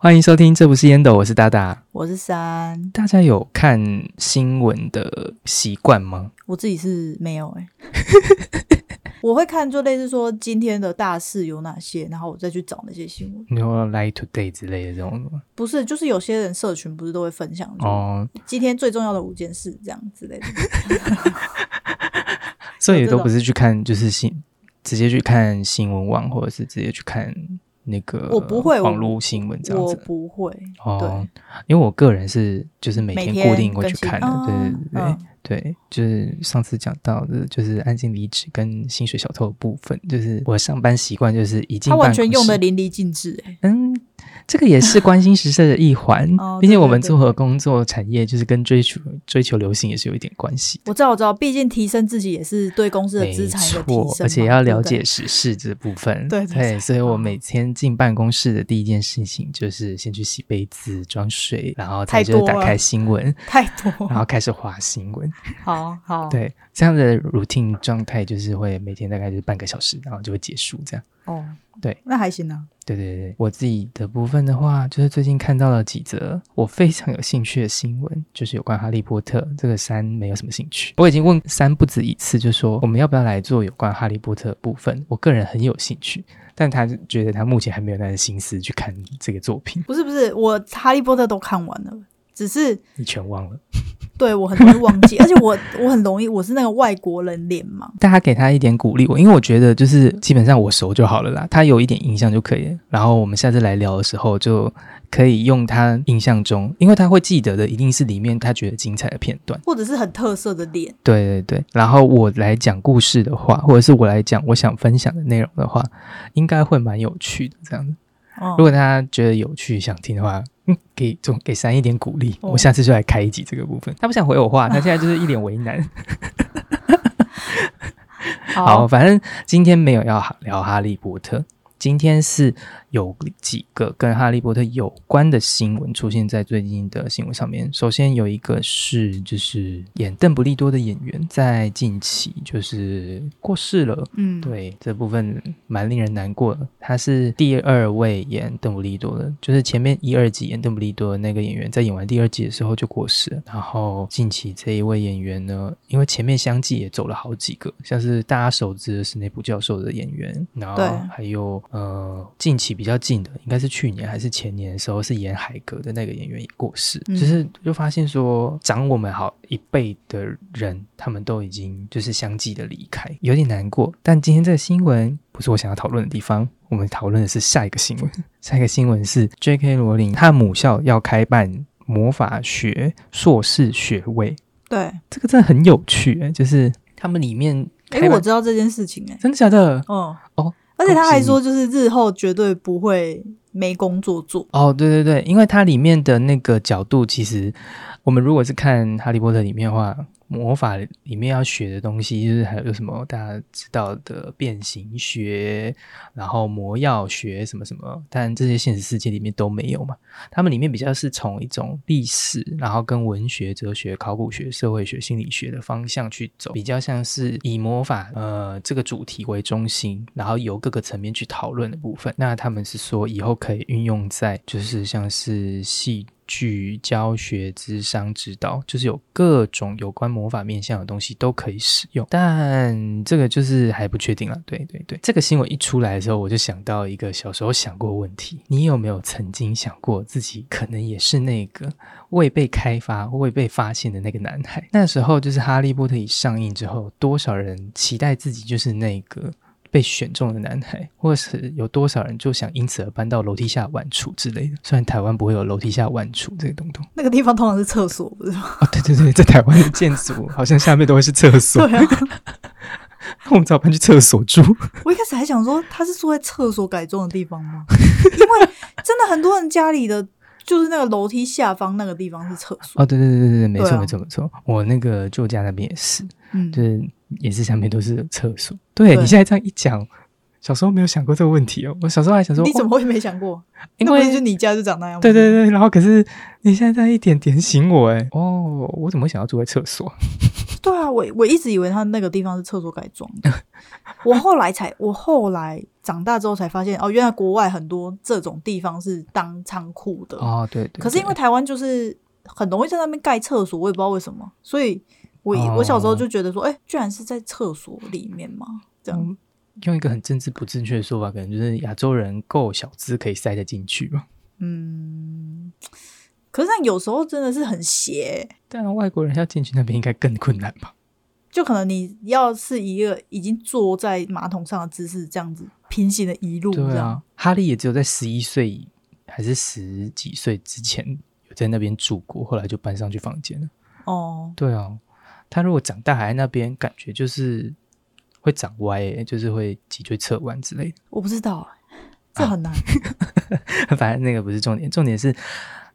欢迎收听，这不是烟斗，我是大大。我是三，大家有看新闻的习惯吗？我自己是没有 哎、我会看就类似说今天的大事有哪些，然后我再去找那些新闻。你说 Like 啊 Today 之类的这种吗不是，就是有些人社群不是都会分享，就哦，今天最重要的五件事这样之类的。所以有这都种不是去看，就是新直接去看新闻网，或者是直接去看那个我不会我网络新闻这样我子。不会，哦，因为我个人是就是每天每天固定会去更看新的，对对对、哎嗯对，就是上次讲到的，就是安静离职跟薪水小偷的部分，就是我上班习惯就是已经他完全用的，的淋漓尽致哎、，嗯，这个也是关心时事的一环 哦毕对竟对我们对综合工作产业就是跟追求追求流行也是有一点关系。我知道，我知道，毕竟提升自己也是对公司的没资产的提错，升嘛，而且要对了不对解时事这部分。对对对所以我嗯每天进办公室的第一件事情就是先去洗杯子、装水，然后太再就是多打了哦开新 闻，太多然，后开始划新闻。好好，嗯对，这样的 routine 状态就是会每天大概就是半个小时，然后就会结束这样。哦，对，那还行啊，对对对，我自己的部分的话，就是最近看到了几则我非常有兴趣的新闻，就是有关哈利波特这个三没有什么兴趣。我已经问三不止一次，就说我们要不要来做有关哈利波特的部分，我个人很有兴趣，但他就觉得他目前还没有那个心思去看这个作品，不是不是，我哈利波特都看完了，只是你全忘了。对我很容易忘 记，而且我我很容易，我是那个外国人脸盲。大家给他一点鼓励，我因为我觉得就是基本上我熟就好了啦，他有一点印象就可以了。然后我们下次来聊的时候，就可以用他印象中，因为他会记得的一定是里面他觉得精彩的片段。或者是很特色的脸，对对对，然后我来讲故事的话，或者是我来讲我想分享的内容的话，应该会蛮有趣的这样子。哦如果大家觉得有趣想听的话，嗯，给总给三一点鼓励，哦我下次就来开一集这个部分。他不想回我话，他现在就是一脸为难。好，反正今天没有要哈聊哈利波特，今天是有几个跟哈利波特有关的新闻出现在最近的新闻上面。首先有一个是，就是演邓布利多的演员在近期就是过世了。嗯，，对这部分蛮令人难过的，他是第二位演邓布利多的，就是前面一二集演邓布利多的那个演员，在演完第二集的时候就过世了。然后近期这一位演员呢，因为前面相继也走了好几个，像是大家熟知的史内普教授的演员，然后对还有呃近期比较近的，应该是去年还是前年的时候是演海格的那个演员也过世，嗯就是就发现说长我们好一辈的人，他们都已经就是相继的离开，有点难过。但今天这个新闻不是我想要讨论的地方，我们讨论的是下一个新 闻。下一个新闻是 J.K. 罗琳她母校要开办魔法学硕士学位，对，这个真的很有趣、欸，就是他们里面哎、开办我知道这件事情、哎，真的假的？哦哦，而且他恭喜还你说，就是日后绝对不会没工作做，哦，对对对，因为它里面的那个角度，其实我们如果是看《哈利波特》里面的话，魔法里面要学的东西，就是还有什么大家知道的变形学，然后魔药学什么什么，但这些现实世界里面都没有嘛。他们里面比较是从一种历史，然后跟文学、哲学、考古学、社会学、心理学的方向去走，比较像是以魔法呃这个主题为中心，然后由各个层面去讨论的部分。那他们是说以后可以运用在就是像是戏。剧教学、智商指导，就是有各种有关魔法面向的东西都可以使用，但这个就是还不确定了。对对对，这个新闻一出来的时候，我就想到一个小时候想过的问题：你有没有曾经想过自己可能也是那个未被开发、未被发现的那个男孩？那时候就是《哈利波特》一上映之后，多少人期待自己就是那个被选中的男孩，或是有多少人就想因此而搬到楼梯下玩处之类的。虽然台湾不会有楼梯下玩处这个东东那个地方通常是厕所，不是吗？哦，对对对，在台湾的建筑好像下面都会是厕所对，啊，我们只好搬去厕所住。我一开始还想说，他是住在厕所改装的地方吗？ 因为真的很多人家里的就是那个楼梯下方那个地方是厕所，哦，对对对对对，没对错啊没错没错，我那个舅家那边也是，嗯，就是也是下面都是厕所。对对你现在这样一讲，小时候没有想过这个问题哦。我小时候还想说，你怎哦么会没想过？因那不是就为你家就长那样吗？对对哦 对，然后可是你现在这样一点点醒我，哎，哦，我怎么会想要住在厕所？对啊，我我一直以为他那个地方是厕所改装的， 我后来才，我后来长大之后才发现，哦，原来国外很多这种地方是当仓库的。哦，对对可是因为台湾就是很容易在那边盖厕所，我也不知道为什么，所以我、我小时哦候就觉得说，哎、居然是在厕所里面嘛，这样。嗯用一个很政治不正确的说法，可能就是亚洲人够小资可以塞得进去嘛。嗯，可是那有时候真的是很邪欸、但外国人要进去那边应该更困难吧？就可能你要是一个已经坐在马桶上的姿势，这样子平行的一路这对样。啊，哈利也只有在十一岁还是十几岁之前有在那边住过，后来就搬上去房间了。哦，对啊，他如果长大还在那边，感觉就是会长歪、欸，就是会脊椎侧弯之类我不知道欸、这啊很难。的。 反正那个不是重点，重点是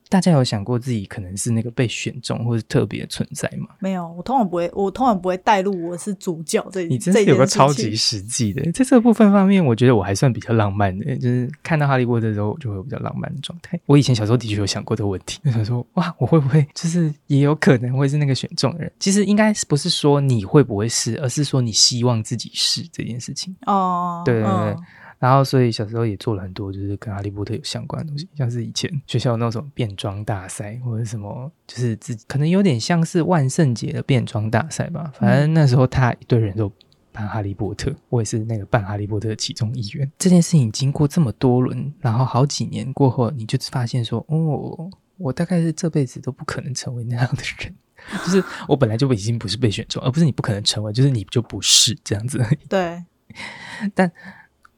大家有想过自己可能是那个被选中或是特别存在吗？没有，我通常不会，我通常不会带入我是主角这。你真这是有件个事超情级实际的，在这个部分方面，我觉得我还算比较浪漫的，就是看到哈利波特的时候，我就会有比较浪漫的状态。我以前小时候的确有想过这个问题，就想说，哇，我会不会就是也有可能会是那个选中的人？其实应该不是说你会不会是，而是说你希望自己是这件事情。哦，对对对嗯然后，所以小时候也做了很多就是跟哈利波特有相关的东西，像是以前学校有那种变装大赛，或者什么，就是自己可能有点像是万圣节的变装大赛吧。反正那时候他一堆人都扮哈利波特，我也是那个扮哈利波特的其中一员。这件事情经过这么多轮，然后好几年过后，你就发现说，哦，我大概是这辈子都不可能成为那样的人。 就是我本来就已经不是被选中，而不是你不可能成为，就是你就不是这样子而已。对，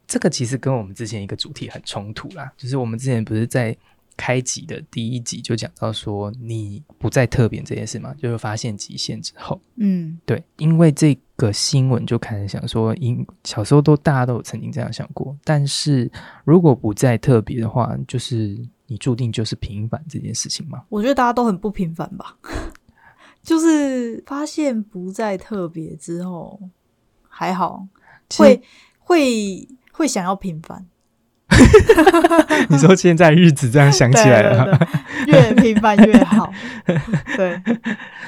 这个其实跟我们之前一个主题很冲突啦，就是我们之前不是在开集的第一集就讲到说你不再特别这件事嘛，就是发现极限之后，嗯，对，因为这个新闻就开始想说，因小时候都大家都有曾经这样想过，但是如果不再特别的话，就是你注定就是平凡这件事情嘛。我觉得大家都很不平凡吧。 就是发现不再特别之后，还好，其实会会会想要平凡。你说现在日子这样想对起来 了，对对，越平凡越好。 对，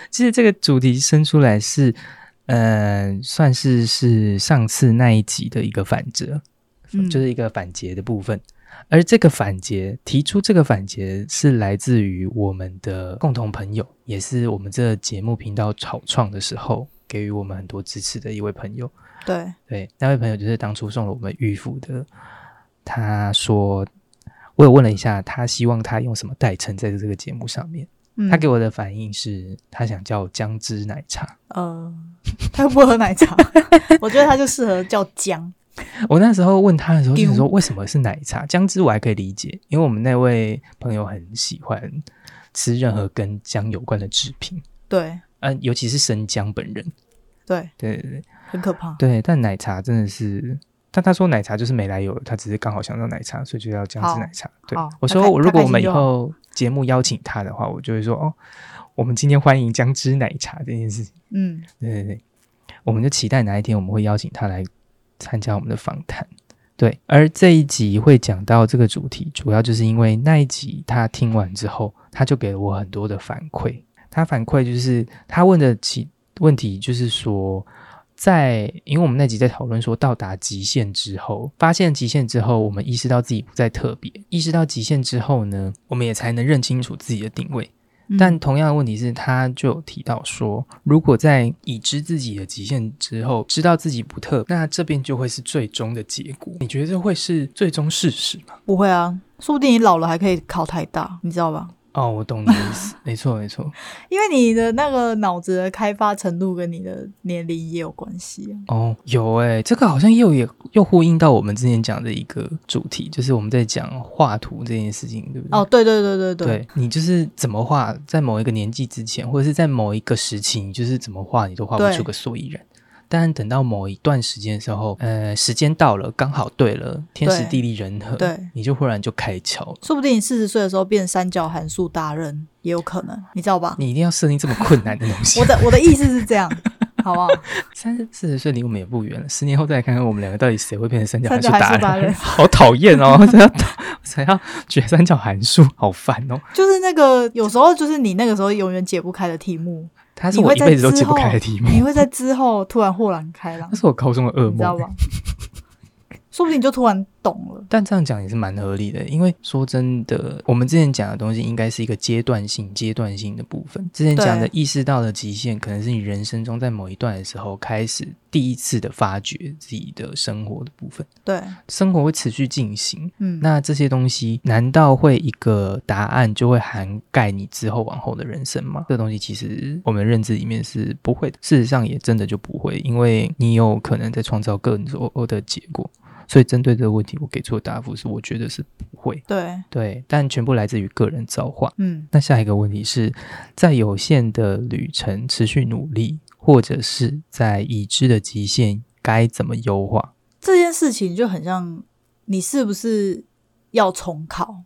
其实这个主题生出来是，呃，算是是上次那一集的一个反折，嗯就是一个反结的部分。而这个反结提出这个反结是来自于我们的共同朋友，也是我们这节目频道草创的时候给予我们很多支持的一位朋友。对，对，那位朋友就是当初送了我们玉符的，他说。我有问了一下，他希望他用什么代称在这个节目上面。嗯，他给我的反应是，他想叫姜汁奶茶。呃，他又不喝奶茶， 我觉得他就适合叫姜。我那时候问他的时候，就丢是说为什么是奶茶？姜汁我还可以理解，因为我们那位朋友很喜欢吃任何跟姜有关的制品，对嗯、尤其是生姜本人。对，对对对很可怕。对，但奶茶真的是，但他说奶茶就是没来由的，他只是刚好想到奶茶，所以就要姜汁奶茶。对哦好，我他开说我如果我他开们心以就好后节目邀请他的话，我就会说哦，我们今天欢迎姜汁奶茶这件事情。嗯，对对对，我们就期待哪一天我们会邀请他来参加我们的访谈。对，而这一集会讲到这个主题，主要就是因为那一集他听完之后，他就给了我很多的反馈。他反馈就是他问的其问题就是说，在因为我们那集在讨论说，到达极限之后，发现极限之后，我们意识到自己不再特别，意识到极限之后呢，我们也才能认清楚自己的定位。嗯但同样的问题是，他就有提到说，如果在已知自己的极限之后，知道自己不特，那这边就会是最终的结果。你觉得这会是最终事实吗？不会啊，说不定你老了还可以考台大，你知道吧？哦，我懂你的意思，没错没错。因为你的那个脑子的开发程度跟你的年龄也有关系啊。哦，有诶、这个好像又也又呼应到我们之前讲的一个主题，就是我们在讲画图这件事情，对不对？哦，，对对对对对你就是怎么画，在某一个年纪之前，或者是在某一个时期，你就是怎么画，你都画不对出个所以然。但等到某一段时间的时候，呃，时间到了，刚好对了，天时对地利人和，对你就忽然就开窍了。说不定你四十岁的时候变三角函数达人也有可能，你知 道吧？你一定要设定这么困难的东西 我。的我的意思是这样， 好不好？ 三十四十岁离我们也不远了，十年后再来看看我们两个到底谁会变成三角函三数角函数达达人，人好讨厌哦！ 想要想要学三角函数，好烦哦。就是那个有时候就是你那个时候永远解不开的题目，它是你我会一在辈子都之解不开后的题目，你会在之后突然豁然开朗那，是我高中的 噩你知道梦。吧？说不定你就突然懂了。但这样讲也是蛮合理的，因为说真的，我们之前讲的东西应该是一个阶段性、阶段性的部分。之前讲的对意识到的极限，可能是你人生中在某一段的时候开始第一次的发掘自己的生活的部分。对，生活会持续进行，嗯，那这些东西难道会一个答案就会涵盖你之后往后的人生吗？这个东西其实我们认知里面是不会的，事实上也真的就不会，因为你有可能在创造更多的结果。所以针对这个问题，我给出的答复是，我觉得是不会。对，对，但全部来自于个人造化。嗯，那下一个问题是在有限的旅程持续努力，或者是在已知的极限该怎么优化？这件事情就很像你是不是要重考？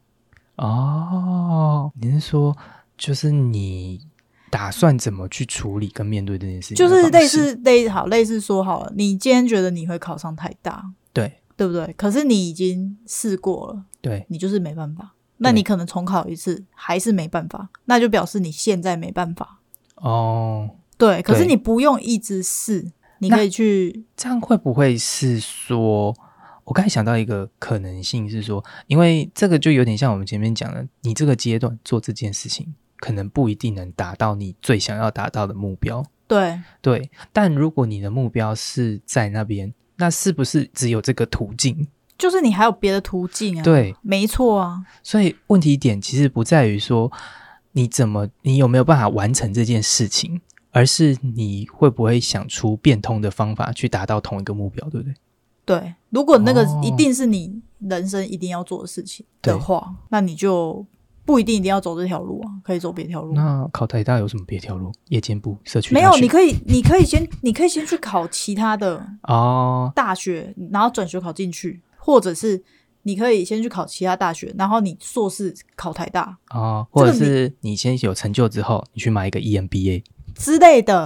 哦，您说就是你打算怎么去处理跟面对这件事情就的方是式？类似类好类似说好了，你今天觉得你会考上台大，对对不对？可是你已经试过了，对你就是没办法。那你可能重考一次还是没办法，那就表示你现在没办法。哦，对，可是对你不用一直试，你那可以去这样会不会是说？我刚才想到一个可能性是说，因为这个就有点像我们前面讲的，你这个阶段做这件事情，可能不一定能达到你最想要达到的目标。对对，但如果你的目标是在那边，那是不是只有这个途径？就是你还有别的途径啊。，对，没错啊，所以问题点其实不在于说你怎么你有没有办法完成这件事情，而是你会不会想出变通的方法去达到同一个目标，对不对？对。如果那个哦一定是你人生一定要做的事情对的话，那你就不一定一定要走这条路啊，可以走别条路。那考台大有什么别条路？夜间部、社区没大有，学你可以，你可以先，你可以先去考其他的哦，大学，然后转学考进去，或者是你可以先去考其他大学，然后你硕士考台大哦，或者这个你是你先有成就之后，你去买一个 E EMBA 之类 的，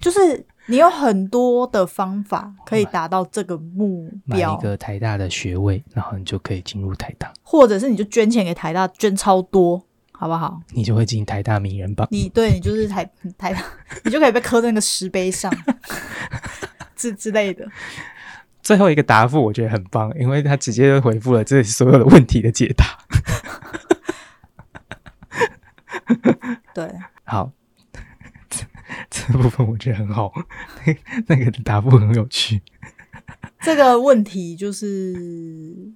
就是你有很多的方法可以达到这个目买一标，个台大的学位，然后你就可以进入台大，或者是你就捐钱给台大，捐超多，好不好？你就会进台大名人榜。你对你就是台台大，你就可以被刻在那个石碑上 之之类的。最后一个答复我觉得很棒，因为他直接就回复了这所有的问题的解答。对，好， 这这部分我觉得很好，那个那个答复很有趣。这个问题就是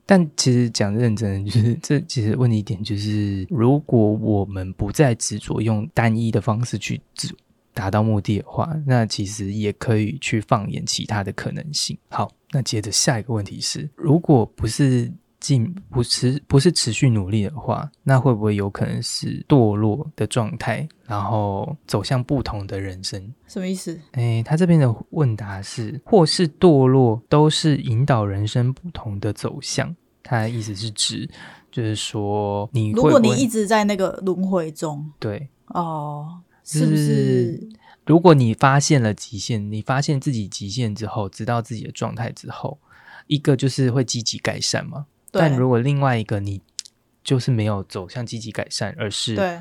但其实讲认真的，就是这其实问题点就是，如果我们不再执着用单一的方式去执达到目的的话，那其实也可以去放眼其他的可能性。好，那接着下一个问题是，如果不是进不持不是持续努力的话，那会不会有可能是堕落的状态，然后走向不同的人生？什么意思？诶，他这边的问答是，或是堕落，都是引导人生不同的走向。他的意思是指，就是说你如会果不你会一直在那个轮回中，对，哦，是不是是？如果你发现了极限，你发现自己极限之后，知道自己的状态之后，一个就是会积极改善嘛。对但如果另外一个你就是没有走向积极改善，而是对，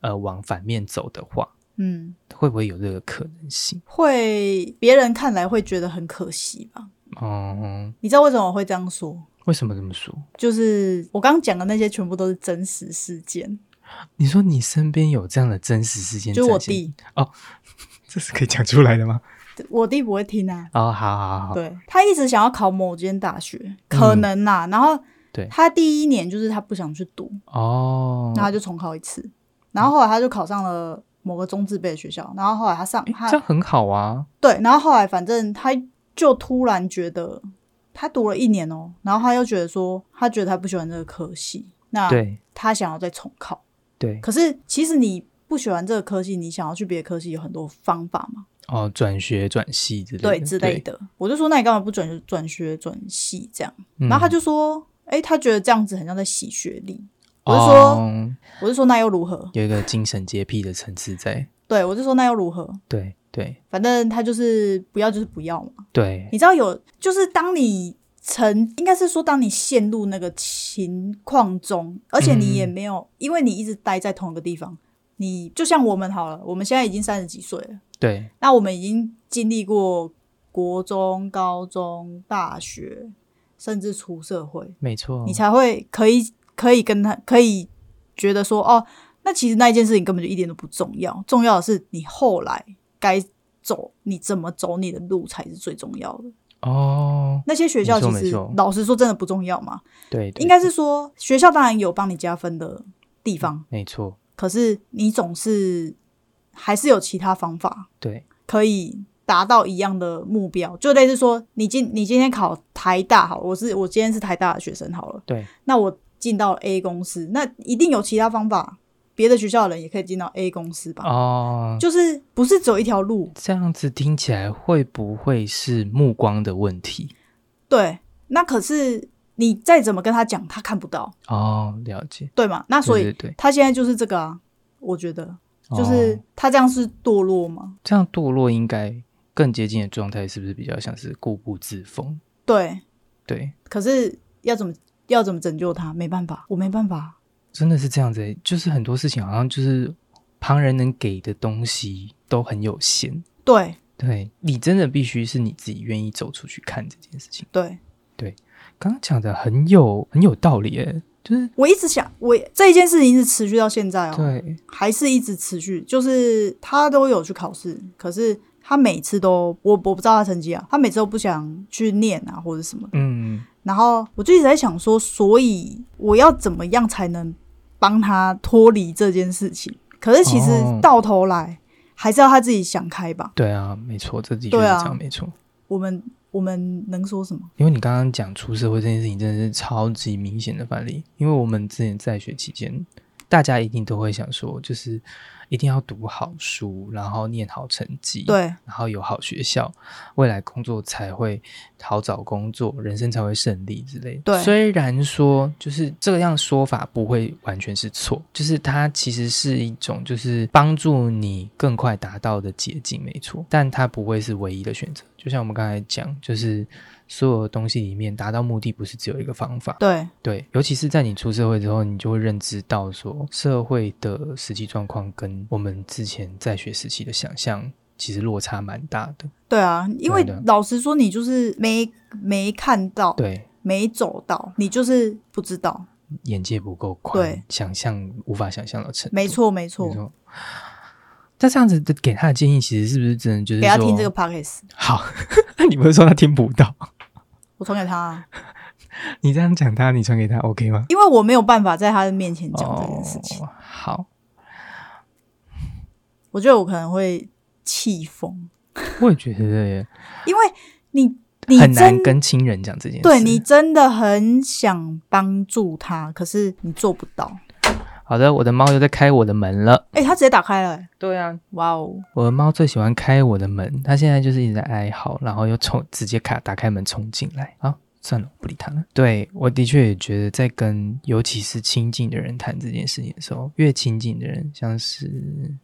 呃往反面走的话，嗯，会不会有这个可能性？会别人看来会觉得很可惜吧？嗯，你知道为什么我会这样说？为什么这么说？就是我刚刚讲的那些全部都是真实事件，你说你身边有这样的真实事件展就现，是我弟，这是可以讲出来的吗？我弟不会听啊。哦，好好好好，嗯对他一直想要考某间大学，可能啦。然后对他第一年就是他不想去读，哦，然后他就重考一次。然后后来他就考上了某个中字辈的学校。然后后来他上诶他这样很好啊，对，然后后来反正他就突然觉得，他读了一年哦，然后他又觉得说，他觉得他不喜欢这个科系，那对他想要再重考。对，可是其实你不喜欢这个科系，你想要去别的科系有很多方法嘛，哦，转学转系之类的，对之类，的。我就说，那你干嘛不转学转学转系这样？嗯然后他就说，哎、他觉得这样子很像在洗学历。我就说哦，我就说那又如何？有一个精神洁癖的层次在，对我就说那又如何？对对反正他就是不要就是不要嘛。对，你知道有，就是当你沉，应该是说当你陷入那个情况中，而且你也没有，因为你一直待在同一个地方，你就像我们好了，我们现在已经三十几岁了，对，那我们已经经历过国中、高中、大学，甚至出社会，没错，你才会可以可以跟他可以觉得说，哦，那其实那一件事情根本就一点都不重要，重要的是你后来该走，你怎么走你的路才是最重要的。哦，那些学校没错其没实错老实说真的不重要嘛，对，对应该是说学校当然有帮你加分的地方，没错，可是你总是还是有其他方法对，可以达到一样的目标，就类似说你今你今天考台大好了，我是我今天是台大的学生好了，对，那我进到 A 公司，那一定有其他方法，别的学校的人也可以进到 A 公司吧？哦，就是不是只有一条路？这样子听起来会不会是目光的问题？对，那可是你再怎么跟他讲，他看不到，哦，了解，对吗？那所以对对对他现在就是这个啊，我觉得就是哦他这样是堕落吗？这样堕落应该更接近的状态，是不是比较像是固步自封？对，对，可是要怎么要怎么拯救他？没办法，我没办法。真的是这样子欸、就是很多事情好像就是旁人能给的东西都很有限。对对你真的必须是你自己愿意走出去看这件事情。对，刚刚讲的很有很有道理、欸，就是我一直想，我这一件事情是持续到现在哦，对还是一直持续，就是他都有去考试，可是。他每次都，我我不知道他成绩啊，他每次都不想去念啊，或者什么的。嗯，然后我就一直在想说，所以我要怎么样才能帮他脱离这件事情？可是其实哦到头来、还是要他自己想开吧。对啊，没错，这的确是这对啊样，没错。我们我们能说什么？因为你刚刚讲出社会这件事情，真的是超级明显的范例。因为我们之前在学期间，大家一定都会想说，就是一定要读好书，然后念好成绩，，对然后有好学校，未来工作才会好找工作，人生才会胜利之类的。对虽然说就是这样说法不会完全是错，就是它其实是一种就是帮助你更快达到的捷径，没错，但它不会是唯一的选择。就像我们刚才讲，就是所有东西里面达到目的不是只有一个方法，对对，尤其是在你出社会之后，你就会认知到说，社会的实际状况跟我们之前在学时期的想象其实落差蛮大的。对啊，因为对的老实说，你就是没没看到，对，没走到，你就是不知道。眼界不够宽对，想象无法想象的程度。没错没没错，错。但这样子的给他的建议，其实是不是真的就是给他说听这个 podcast，好？ 你不是说他听不到？我传给他啊，你这样讲他，你传给他 OK 吗？因为我没有办法在他的面前讲这件事情，哦、好，我觉得我可能会气疯，我也觉得耶因为你你很难真跟亲人讲这件事。对你真的很想帮助他，可是你做不到。好的，我的猫又在开我的门了。哎、他直接打开了、欸，对啊，哇哦！我的猫最喜欢开我的门，它现在就是一直在哀嚎，然后又冲直接卡打开门冲进来啊！算了，我不理它了。对我的确也觉得，在跟尤其是亲近的人谈这件事情的时候，越亲近的人，像是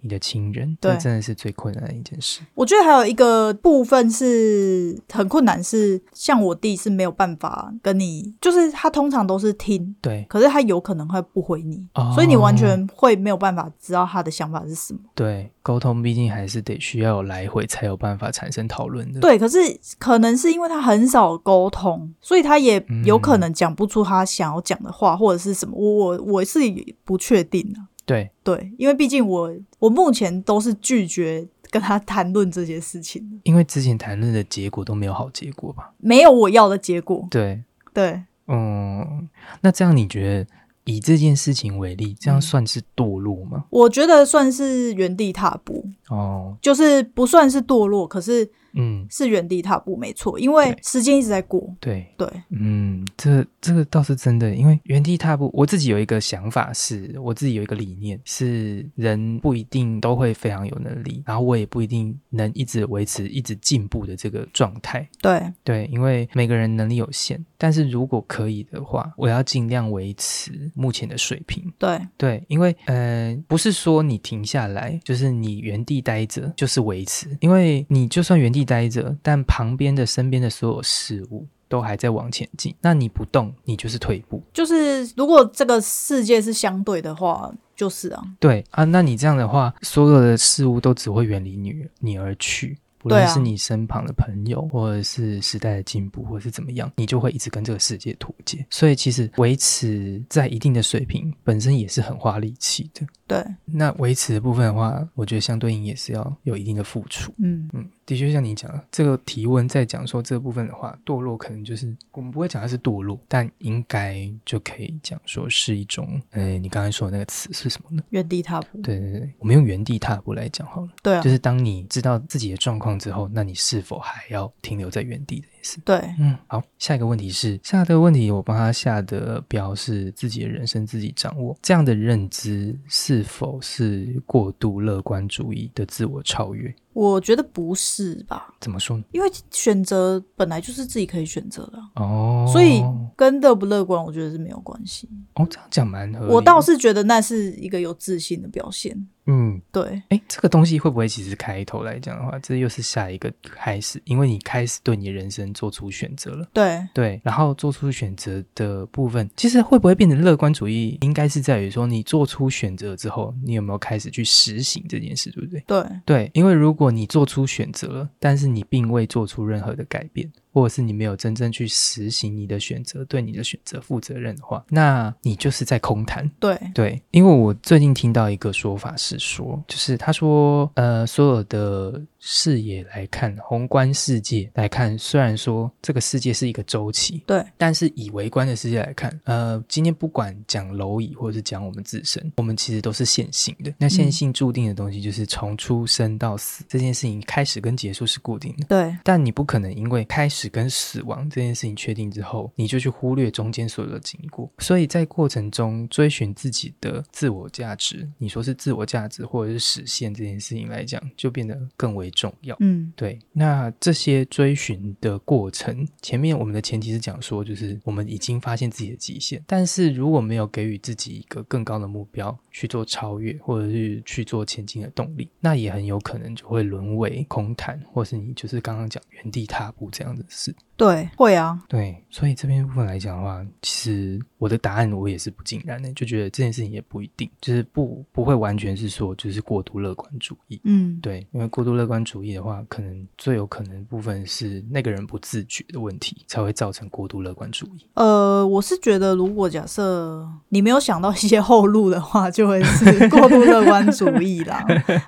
你的亲人，对这真的是最困难的一件事。我觉得还有一个部分是很困难是，像我弟是没有办法跟你，就是他通常都是听，对可是他有可能会不回你，哦所以你完全会没有办法知道他的想法是什么。对，沟通毕竟还是得需要有来回，才有办法产生讨论的。对，可是可能是因为他很少沟通，所以他也有可能讲不出他想要讲的话、或者是什么。我我我是不确定的、对对，因为毕竟我我目前都是拒绝跟他谈论这些事情的，因为之前谈论的结果都没有好结果吧？没有我要的结果。对，对，嗯，那这样你觉得以这件事情为例，这样嗯算是堕落吗？我觉得算是原地踏步，哦，就是不算是堕落，可是嗯，是原地踏步没错，因为对时间一直在过。对，对，嗯，这这个倒是真的，因为原地踏步，我自己有一个想法是，我自己有一个理念是，人不一定都会非常有能力，然后我也不一定能一直维持一直进步的这个状态。对，对，因为每个人能力有限，但是如果可以的话，我要尽量维持目前的水平。对，对，因为呃，不是说你停下来，就是你原地待着就是维持，因为你就算原地待着，但旁边的身边的所有事物都还在往前进，那你不动，你就是退步。就是如果这个世界是相对的话，就是啊，对啊，那你这样的话，所有的事物都只会远离你你而去，不对论啊是你身旁的朋友，或者是时代的进步，或者是怎么样，你就会一直跟这个世界脱节。所以其实维持在一定的水平，本身也是很花力气的。对，那维持的部分的话，我觉得相对应也是要有一定的付出。嗯，嗯，的确像你讲的，这个提问在讲说这部分的话，堕落可能就是我们不会讲它是堕落，但应该就可以讲说是一种，呃，你刚才说的那个词是什么呢？原地踏步，对对对，我们用原地踏步来讲好了，对啊就，是当你知道自己的状况之后，那你是否还要停留在原地这件事？对，嗯，好，下一个问题是，下这个问题我帮他下的标是自己的人生自己掌握，这样的认知是否是过度乐观主义的自我超越？我觉得不是吧？怎么说呢？因为选择本来就是自己可以选择的啊、哦，所以跟乐不乐观，我觉得是没有关系。哦，这样讲蛮合理的。我倒是觉得那是一个有自信的表现。嗯，对，哎，这个东西会不会其实开头来讲的话，这又是下一个开始，因为你开始对你的人生做出选择了。对，对，然后做出选择的部分，其实会不会变成乐观主义，应该是在于说你做出选择之后，你有没有开始去实行这件事，对不对？对，对，因为如果你做出选择了，但是你并未做出任何的改变，或者是你没有真正去实行你的选择，对你的选择负责任的话，那你就是在空谈。对，对，因为我最近听到一个说法是说，就是他说，呃，所有的视野来看，宏观世界来看，虽然说这个世界是一个周期，对，但是以微观的世界来看，呃，今天不管讲蝼蚁或者是讲我们自身，我们其实都是线性的。那线性注定的东西就是从出生到死、这件事情，开始跟结束是固定的。对，但你不可能因为开始跟死亡这件事情确定之后，你就去忽略中间所有的经过。所以在过程中追寻自己的自我价值，你说是自我价值或者是实现这件事情来讲，就变得更为重要。嗯，对，那这些追寻的过程，前面我们的前提是讲说，就是我们已经发现自己的极限，但是如果没有给予自己一个更高的目标去做超越，或者是去做前进的动力，那也很有可能就会沦为空谈，或是你就是刚刚讲原地踏步这样的事。对，会啊，对，所以这边部分来讲的话，其实我的答案我也是不尽然的，就觉得这件事情也不一定，就是不不会完全是说就是过度乐观主义。嗯，对，因为过度乐观主义的话，可能最有可能部分是那个人不自觉的问题，才会造成过度乐观主义。呃，我是觉得，如果假设你没有想到一些后路的话，就会是过度乐观主义 啦。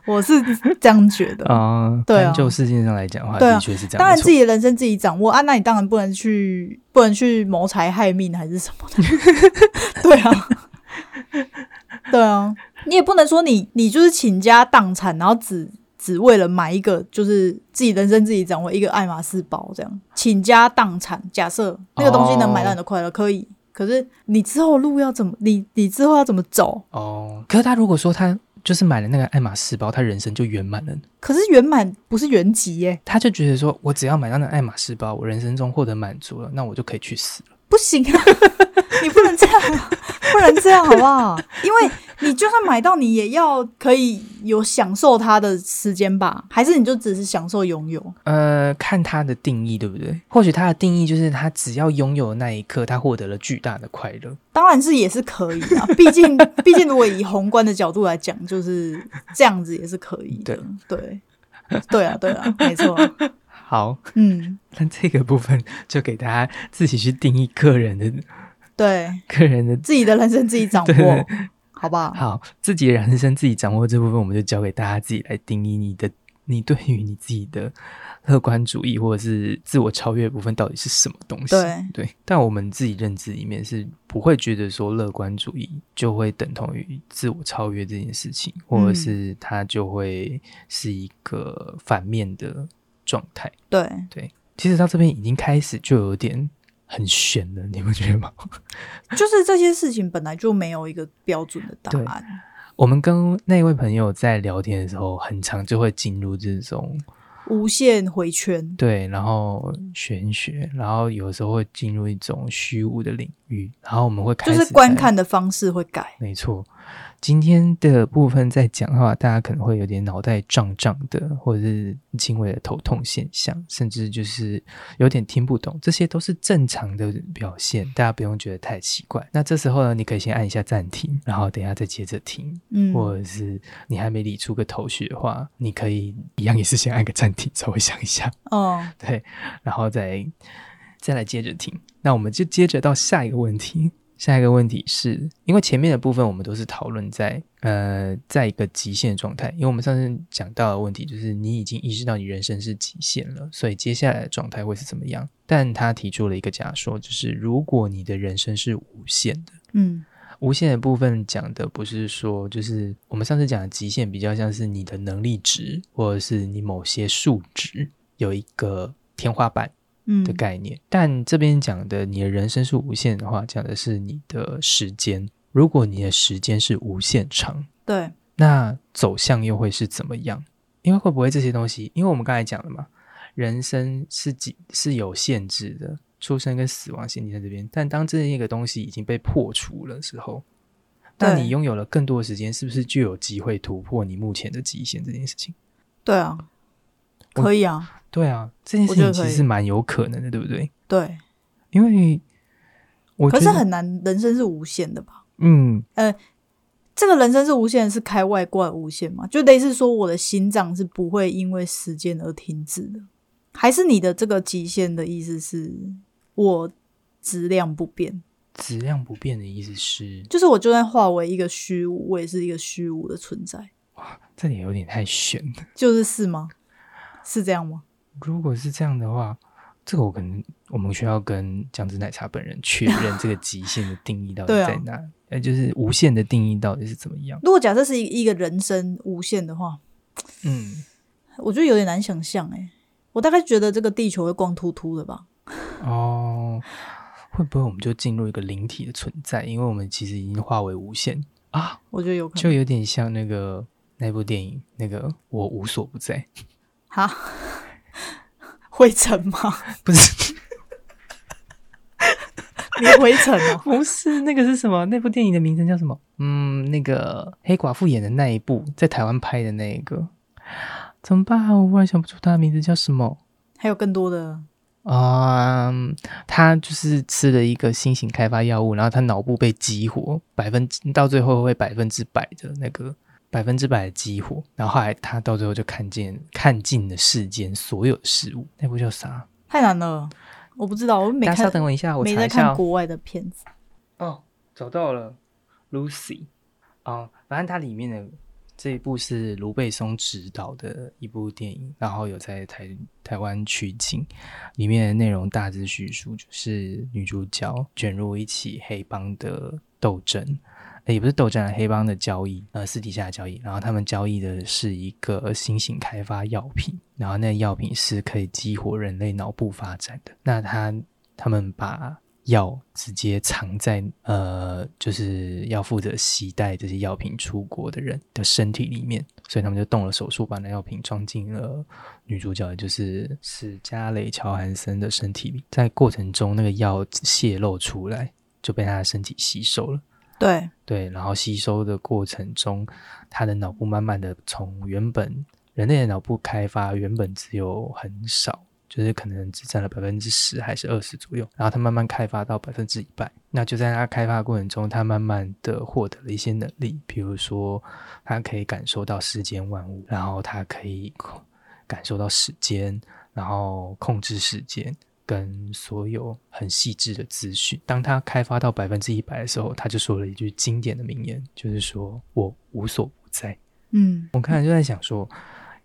我是这样觉得。啊、对啊单就事件上来讲的话，对啊的确是这样。当然，没错自己的人生自己掌握啊，那你当然不能去，不能去谋财害命还是什么的。 对啊，对啊，你也不能说你你就是倾家荡产，然后只只为了买一个就是自己人生自己掌握一个爱马仕包这样，倾家荡产。假设那个东西能买到你的快乐，可以。可是你之后路要怎么？你你之后要怎么走？哦，可是他如果说他就是买了那个爱马仕包，他人生就圆满了。可是圆满不是原籍耶、他就觉得说，我只要买到那爱马仕包，我人生中获得满足了，那我就可以去死了。不行啊， 你不能这样啊，不能这样好不好？因为你就算买到，你也要可以有享受它的时间吧？还是你就只是享受拥有？呃，看他的定义对不对？或许他的定义就是他只要拥有的那一刻，他获得了巨大的快乐。当然是也是可以啊，毕竟毕竟如果以宏观的角度来讲，就是这样子也是可以的。对对啊，对啊，没错啊，好，嗯，那这个部分就给大家自己去定义个人的对 个人的自己的人生自己掌对对握，好不好？好，自己的人生自己掌握这部分，我们就交给大家自己来定义你的，你对于你自己的乐观主义或者是自我超越部分到底是什么东西？对但我们自己认知里面是不会觉得说乐观主义就会等同于自我超越这件事情，或者嗯是它就会是一个反面的状态。对，其实到这边已经开始就有点很悬了，你不觉得吗？就是这些事情本来就没有一个标准的答对案。我们跟那位朋友在聊天的时候，很常就会进入这种无限回圈，对，然后玄学，然后有时候会进入一种虚无的领域，然后我们会开就始是观在，看的方式会改。没错，今天的部分在讲的话，大家可能会有点脑袋胀胀的，或者是轻微的头痛现象，甚至就是有点听不懂，这些都是正常的表现，大家不用觉得太奇怪。那这时候呢，你可以先按一下暂停，然后等一下再接着听，嗯，或者是你还没理出个头绪的话，你可以一样也是先按个暂停，稍微想一下，哦，对，然后再再来接着听。那我们就接着到下一个问题。下一个问题是因为前面的部分我们都是讨论在呃在一个极限状态，因为我们上次讲到的问题就是你已经意识到你人生是极限了，所以接下来的状态会是怎么样？但他提出了一个假说，就是如果你的人生是无限的。嗯无限的部分讲的不是说，就是我们上次讲的极限，比较像是你的能力值或者是你某些数值有一个天花板嗯的概念。但这边讲的你的人生是无限的话，讲的是你的时间。如果你的时间是无限长，对，那走向又会是怎么样？因为会不会这些东西？因为我们刚才讲了嘛，人生是几是有限制的，出生跟死亡限定在这边。但当这一个东西已经被破除了之后，那对你拥有了更多的时间，是不是就有机会突破你目前的极限这件事情？对啊，我可以啊，对啊，这件事我觉情得其可以实是蛮有可能的，对不对？对，因为我可觉得是很难，人生是无限的吧？嗯，这个人生是无限，是开外挂的无限吗？就类似说，我的心脏是不会因为时间而停止的，还是你的这个极限的意思是我质量不变？质量不变的意思是，就是我就算化为一个虚无，我也是一个虚无的存在，这里有点太悬了。就是是吗？是这样吗？如果是这样的话，这个我可能我们需要跟姜汁奶茶本人确认这个极限的定义到底对啊在哪，呃、就是无限的定义到底是怎么样？如果假设是一一个人生无限的话，嗯，我觉得有点难想象哎、我大概觉得这个地球会光秃秃的吧。哦，会不会我们就进入一个灵体的存在？因为我们其实已经化为无限啊，我觉得有可能就有点像那个那部电影，那个我无所不在，哈， 灰尘吗？不是你灰尘哦、 不是那个是什么？那部电影的名称叫什么？嗯，那个黑寡妇演的那一部，在台湾拍的那一个，怎么办？啊我忽然想不出他的名字叫什么。还有更多的啊、他就是吃了一个新型开发药物，然后他脑部被激活，百分之到最后会百分之百的那个百分之百的激活，然后后来他到最后就看见看尽了世间所有的事物，那部叫啥？太难了，我不知道，我没大家看稍，等我一下，我没查在一下看哦。国外的片子。哦，找到了，Lucy。哦，反正它里面的这一部是卢贝松执导的一部电影，然后有在台台湾取景。里面的内容大致叙述就是女主角卷入一起黑帮的斗争。呃也不是斗争啊，黑帮的交易，呃，私底下的交易。然后他们交易的是一个新型开发药品，然后那药品是可以激活人类脑部发展的。那他他们把药直接藏在呃，就是要负责携带这些药品出国的人的身体里面，所以他们就动了手术，把那药品装进了女主角，也就是史嘉蕾·乔韩森的身体里。在过程中，那个药泄露出来，就被她的身体吸收了。对，对，然后吸收的过程中，他的脑部慢慢的从原本人类的脑部开发原本只有很少，就是可能只占了百分之十还是二十左右，然后他慢慢开发到百分之一百。那就在他开发的过程中，他慢慢的获得了一些能力，比如说他可以感受到世间万物，然后他可以 控感受到时间，然后控制时间。跟所有很细致的资讯。当他开发到百分之一百的时候，他就说了一句经典的名言，就是说我无所不在。嗯，我刚才就在想说，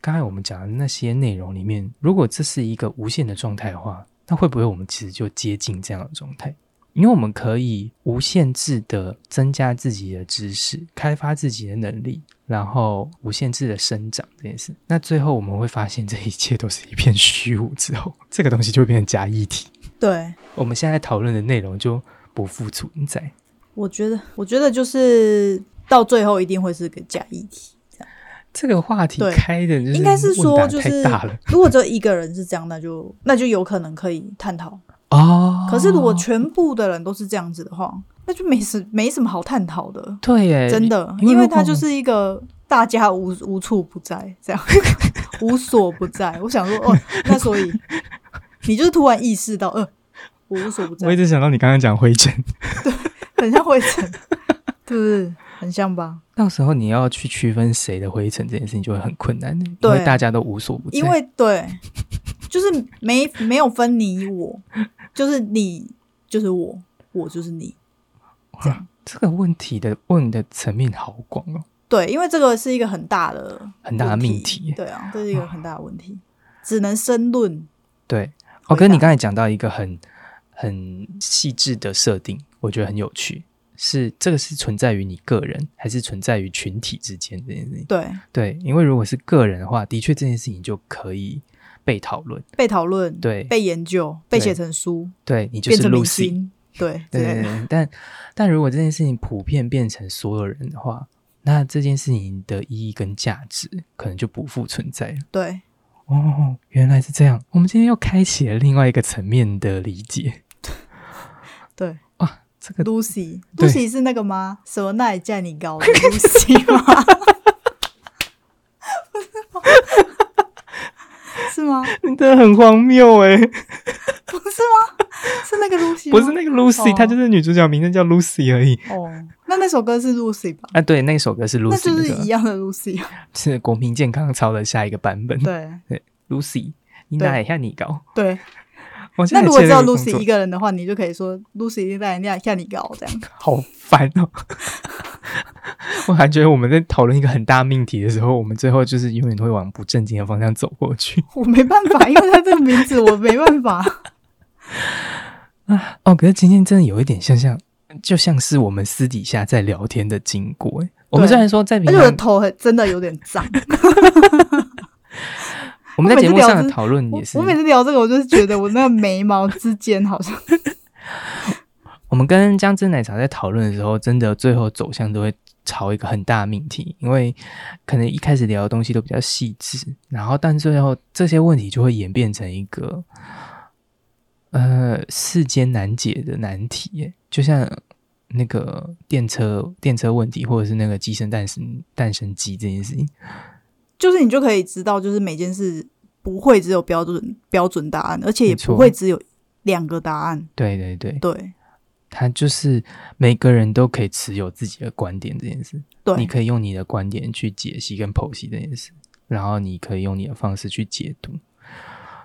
刚才我们讲的那些内容里面，如果这是一个无限的状态的话，那会不会我们其实就接近这样的状态？因为我们可以无限制的增加自己的知识，开发自己的能力，然后无限制的生长这件事。那最后我们会发现，这一切都是一片虚无。之后，这个东西就会变成假议题。对，我们现在讨论的内容就不复存在。我觉得，我觉得就是到最后一定会是个假议题。这个话题对开的就是应该是问说，答就是太大了如果只有一个人是这样，那就那就有可能可以探讨。哦。可是如果全部的人都是这样子的话，那就没什没什么好探讨的，对耶，真的，因为因为如果它就是一个大家无无处不在，这样 无所不在。我想说， 哦，那所以你就是突然意识到，呃，我无所不我一在，直想到你刚刚讲灰尘，很像灰尘，对不对？很像吧？ 到时候你要去区分谁的灰尘这件事情就会很困难，因对为大家都无所不在。因为对，就是没没有分你我，就是你就是我，我就是你。这样哇这个问题的问的层面好广哦，对，因为这个是一个很大的很大的命问题对啊，这是一个很大的问题，只能申论。对，回哦，答可是你刚才讲到一个很很细致的设定，我觉得很有趣。是这个是存在于你个人，还是存在于群体之间这件事情？对，对，因为如果是个人的话，的确这件事情就可以被讨论。被讨论，对被研究，被对写成书，对你就变是成明 Lucy，星，对，对之类对的对，但但如果这件事情普遍变成所有人的话，那这件事情的意义跟价值可能就不复存在了。对哦，原来是这样。我们今天又开启了另外一个层面的理解。对哇，这个对，Lucy，Lucy 是那个吗？什么那也嫁你高 的 Lucy 吗？ 是吗？真的很荒谬 哎、不是吗？是那个 Lucy 不吗是那个 Lucy，、哦她就是女主角，名字叫 Lucy 而已。哦，那那首歌是 Lucy 吧？啊，对，那首歌是那 Lucy 就的是是一吧，样的 Lucy 啊。是国民健康操的下一个版本。对，Lucy，你对哪一下你搞？对，我 现那在如果接只有了个工 Lucy 作一个人的话，你就可以说 Lucy 那那像你高这样。 好烦哦！ 我还觉得我们在讨论一个很大命题的时候，我们最后就是永远都会往不正经的方向走过去。 我没办法，因为他这个名字我没办法。哦，可是今天真的有一点像像，就像是我们私底下在聊天的经过。欸我们虽然说在而平且我的常头很真的有点胀。我们在节目我每次聊上是的讨论嗯我也是，我每次聊这个，我就是觉得我那个眉毛之间好像 我们跟姜汁奶茶在讨论的时候，真的最后走向都会朝一个很大的命题，因为可能一开始聊的东西都比较细致，然后但最后这些问题就会演变成一个呃世间难解的难题耶，就像那个电车电车问题，或者是那个鸡生蛋生蛋生鸡这件事情。就是你就可以知道，就是每件事不会只有标准标准答案，而且也没错不会只有两个答案。对对对，对它就是每个人都可以持有自己的观点这件事。你对可以用你的观点去解析跟剖析这件事，然后你可以用你的方式去解读。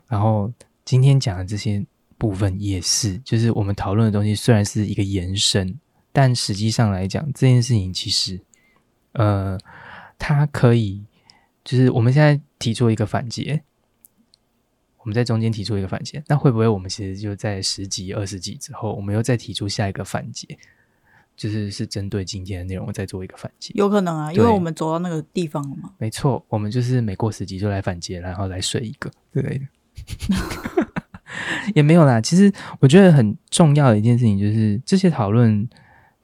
然后今天讲的这些部分也是，就是我们讨论的东西虽然是一个延伸，但实际上来讲，这件事情其实，呃，它可以就是我们现在提出一个反诘，我们在中间提出一个反诘，那会不会我们其实就在十集、二十集之后，我们又再提出下一个反诘？就是是针对今天的内容，我再做一个反诘。有可能啊，因为对我们走到那个地方了嘛。没错，我们就是每过十集就来反击，然后来睡一个之类的， 也没有啦。其实我觉得很重要的一件事情就是，这些讨论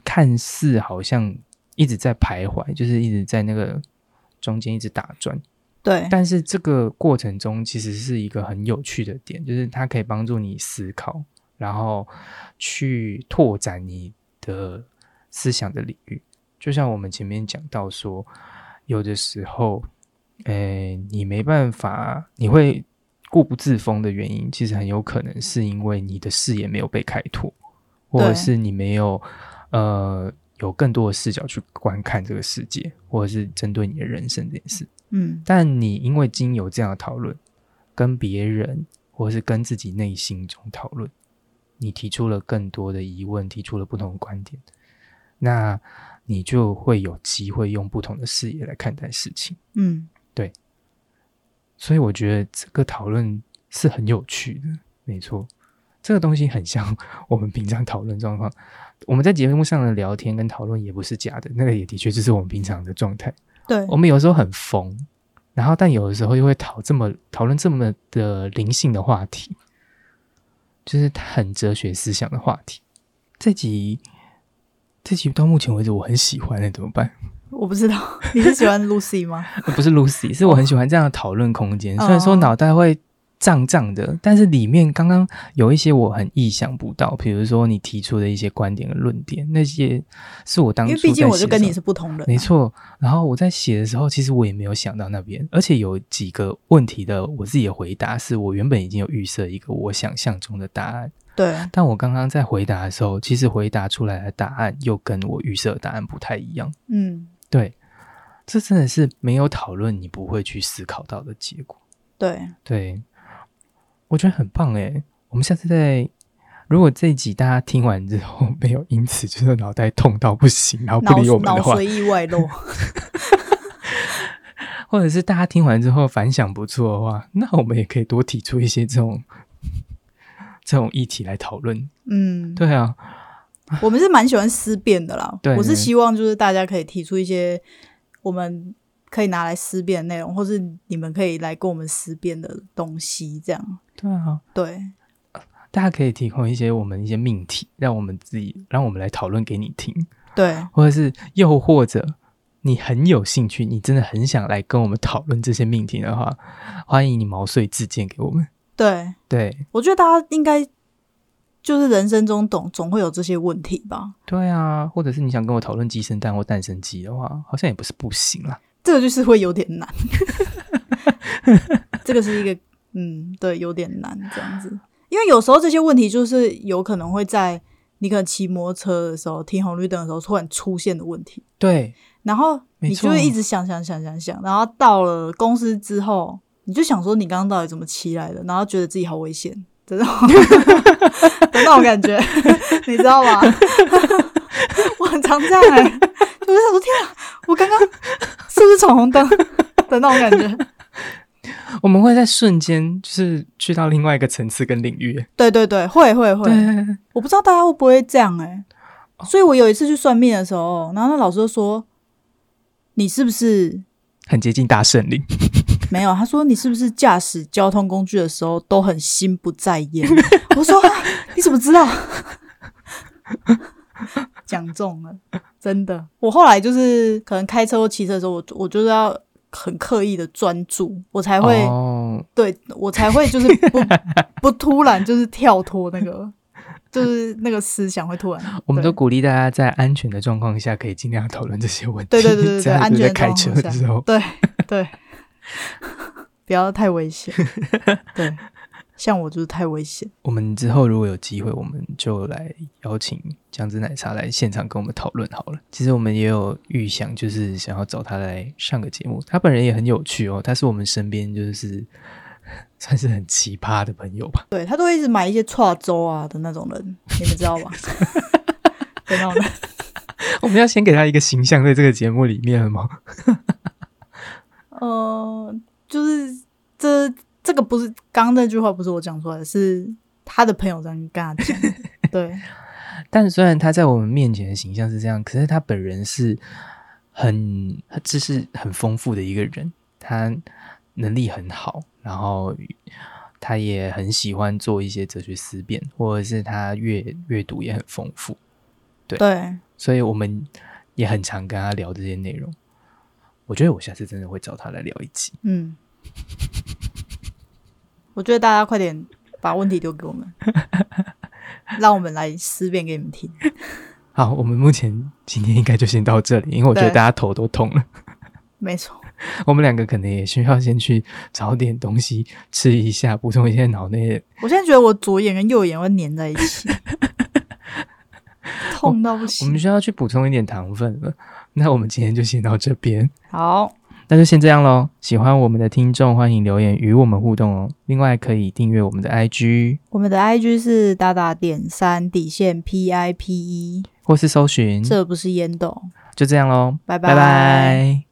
看似好像一直在徘徊，就是一直在那个中间一直打转，对但是这个过程中其实是一个很有趣的点，就是它可以帮助你思考，然后去拓展你的思想的领域。就像我们前面讲到说，有的时候，诶、你没办法，你会固步自封的原因，其实很有可能是因为你的视野没有被开拓，或对者是你没有呃有更多的视角去观看这个世界，或者是针对你的人生这件事。嗯，但你因为经由这样的讨论，跟别人或是跟自己内心中讨论，你提出了更多的疑问，提出了不同的观点，那你就会有机会用不同的视野来看待事情。嗯，所以我觉得这个讨论是很有趣的，没错。这个东西很像我们平常讨论状况，我们在节目上的聊天跟讨论也不是假的，那个也的确就是我们平常的状态。对我们有时候很疯，然后但有的时候又会讨这么讨论这么的灵性的话题，就是很哲学思想的话题。这集这集到目前为止我很喜欢的，怎么办？ 呃我不知道你是喜欢 Lucy 吗？不是 Lucy，是我很喜欢这样的讨论空间。虽然说哦脑袋会胀胀的，但是里面刚刚有一些我很意想不到，比如说你提出的一些观点跟论点，那些是我当初因为毕竟在我写就的跟时你候是不同人、啊没，错。然后我在写的时候，其实我也没有想到那边，而且有几个问题的我自己的回答是我原本已经有预设一个我想象中的答案，对，但我刚刚在回答的时候，其实回答出来的答案又跟我预设的答案不太一样。嗯，对，这真的是没有讨论你不会去思考到的结果。对，对，我觉得很棒诶。我们下次再，如果这一集大家听完之后没有因此就是脑袋痛到不行，然后脑不理我们的脑话，随意 外露，或者是大家听完之后反响不错的话，那我们也可以多提出一些这种 这种议题来讨论。嗯，对啊，我们是蛮喜欢思辨的啦。对我是希望就是大家可以提出一些我们可以拿来思辨的内容，或是你们可以来跟我们思辨的东西，这样对啊，对，大家可以提供一些我们一些命题，让我们自己让我们来讨论给你听，对，或者是又或者你很有兴趣，你真的很想来跟我们讨论这些命题的话，欢迎你毛遂自荐给我们。对，对，我觉得大家应该就是人生中总总会有这些问题吧。对啊，或者是你想跟我讨论鸡生蛋或蛋生鸡的话，好像也不是不行啦。这个就是会有点 难，这个是一个嗯，对，有点难这样子，因为有时候这些问题就是有可能会在你可能骑摩托车的时候、停红绿灯的时候突然出现的问题，对，然后没你就错会一直想想想想想，然后到了公司之后，你就想说你刚刚到底怎么骑来的，然后觉得自己好危险。的那种 的那种感觉， 你知道吗？ 我很常这样哎、我就想说天啊，我刚刚是不是闯红灯的那种感 觉？我们会在瞬间就是去到另外一个层次跟领域。对对对，会会会，对，哦我不知道大家会不会这样哎、所以我有一次去算命的时候，然后那老师就说：“你是不是 很接近大圣灵。没有，他说你是不是驾驶交通工具的时候都很心不在 焉？我说、啊、你怎么知道？讲中了，真的。我后来就是可能开车或骑车的时候，我我就是要很刻意的专注，我才会、哦，对我才会就是 不不突然就是跳脱那个，就是那个思想会突然。我们都对鼓励大家在安全的状况下，可以尽量讨论这些问题。对对对对这对，样安就全在的开状车况下的时候，对对，不要太危险。对，像我就是太危险。我们之后如果有机会，我们就来邀请姜汁奶茶来现场跟我们讨论好了。其实我们也有预想，就是想要找他来上个节目。他本人也很有趣哦，他是我们身边就是 算是很奇葩的朋友吧。对他都会一直买一些串粥啊的那种人，你们知道 吧？的那种人，我们要先给他一个形象，在这个节目里面吗？呃，就是这这个不是刚刚那句话不是我讲出来的，是他的朋友这样跟 他讲。对，但虽然他在我们面前的形象是这样，可是他本人是很知识很丰富的一个人，他能力很好，然后他也很喜欢做一些哲学思辨，或者是他阅阅读也很丰富，对，所以我们也很常跟他聊这些内容。我觉得我下次真的会找他来聊一集。嗯，我觉得大家快点把问题丢给 我们，让我们来思辨给你们听。好，我们目前今天应该就先到这里，因为我觉得对大家头都痛了。没错， 我们两个可能也需要先去找点东西吃一下，补充一些脑内的我现在觉得我左眼跟右眼会粘在 一起，痛到不我们行。需要去补充一点糖分了。那我们今天就先到这边，好，那就先这样喽。喜欢我们的听众，欢迎留言与我们互动哦。另外，可以订阅我们的 IG，我们的 IG 是打打点三底线 P I P E，或是搜寻。这不是烟斗。就这样喽，拜拜拜